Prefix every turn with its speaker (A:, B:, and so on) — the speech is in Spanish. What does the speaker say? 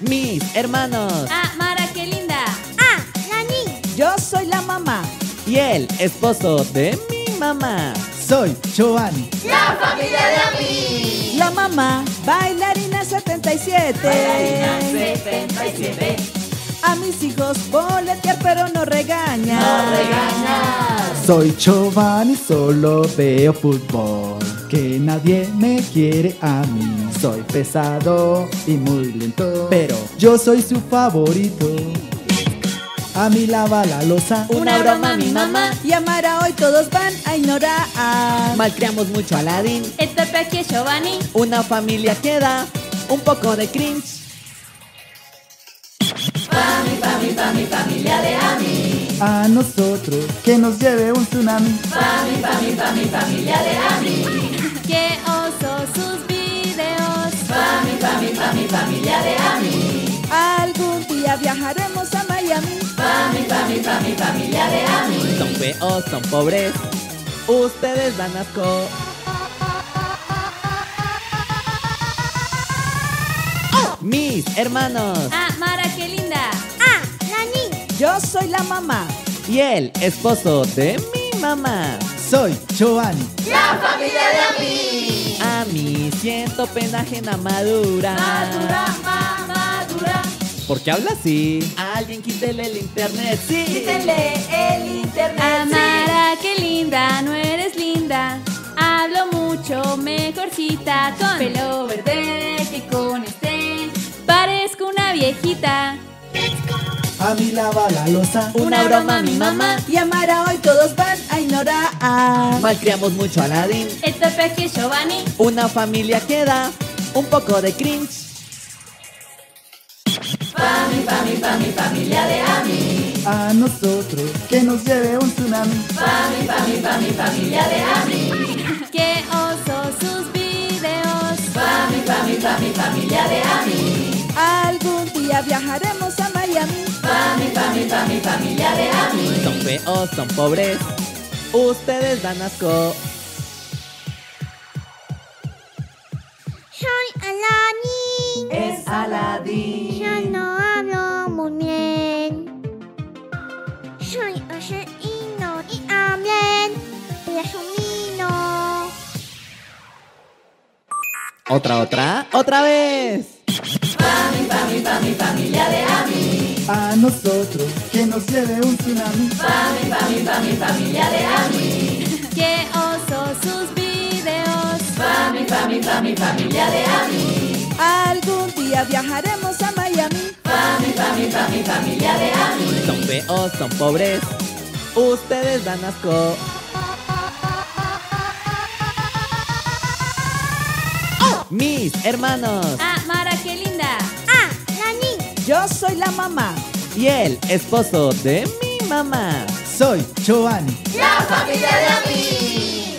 A: mis hermanos.
B: Ah, Mara, qué linda.
C: Ah, Nani.
D: Yo soy la mamá.
A: Y el esposo de mi mamá.
E: Soy Giovanni.
F: La familia de mí.
D: La mamá, bailarina 77.
F: Bailarina 77.
D: A mis hijos boletear pero no regaña.
F: No regañas.
E: Soy Giovanni, solo veo fútbol. Que nadie me quiere a mí. Soy pesado y muy lento. Pero yo soy su favorito. A mí lava la losa.
B: Una broma a mi mamá.
D: Y a Mara hoy todos van a ignorar.
A: Malcriamos mucho a Aladdin.
B: Este aquí es Giovanni.
A: Una familia queda un poco de cringe.
F: Fami, fami, fami, familia de Ami.
E: A nosotros que nos lleve un tsunami.
F: Fami, fami, fami, familia de Ami.
B: Qué oso sus videos.
F: Fami, fami, fami, familia de Ami.
D: Algún día viajaremos a Miami.
F: Fami, fami, fami, familia de Ami.
A: Son feos, son pobres. Ustedes dan asco. Mis hermanos.
B: Ah, Mara, qué linda.
C: Ah, Nani.
D: Yo soy la mamá.
A: Y el esposo de mi mamá.
E: Soy Giovanni.
F: La familia de Ami.
A: A mí siento pena ajena madura.
B: Madura, ma, madura.
A: ¿Por qué habla así? Alguien quítele el internet, sí.
F: Quítenle el internet.
B: Ah,
F: sí.
B: Mara, qué linda. No eres linda. Hablo mucho mejorcita con pelo verde que con este. Parezco una viejita.
E: A mí lava la losa.
B: Una broma a mi mamá.
D: Y a Mara hoy todos van a ignorar.
A: Malcriamos mucho a Aladdin.
B: Este aquí es Giovanni.
A: Una familia queda un poco de cringe.
F: Fami, fami, fami, familia de Ami.
E: A nosotros que nos lleve un tsunami.
F: Fami, fami, fami, familia de Ami.
B: Qué oso sus videos.
F: Fami, fami, fami, familia de Ami.
D: Algún día viajaremos a Miami.
F: Fami, fami, fami, familia de Ami.
A: Son feos, son pobres. Ustedes dan asco.
C: Soy Alani.
F: Es Aladdin.
C: Yo no hablo muy bien. Soy asesino y hablen. Y es un niño.
A: Otra, otra, otra vez.
F: Fami, fami, fami, familia de Ami.
E: A nosotros que nos lleve un tsunami.
F: Fami, fami, fami, familia de Ami.
B: Qué oso sus videos.
F: Fami, fami, fami, familia de Ami.
D: Algún día viajaremos a Miami.
F: Fami, fami, fami, familia de Ami.
A: Son feos, son pobres. Ustedes dan asco. Mis hermanos.
B: Ah, Mara, qué linda.
C: Ah, Nani.
D: Yo soy la mamá.
A: Y el esposo de mi mamá.
E: Soy Giovanni.
F: La familia de Ami.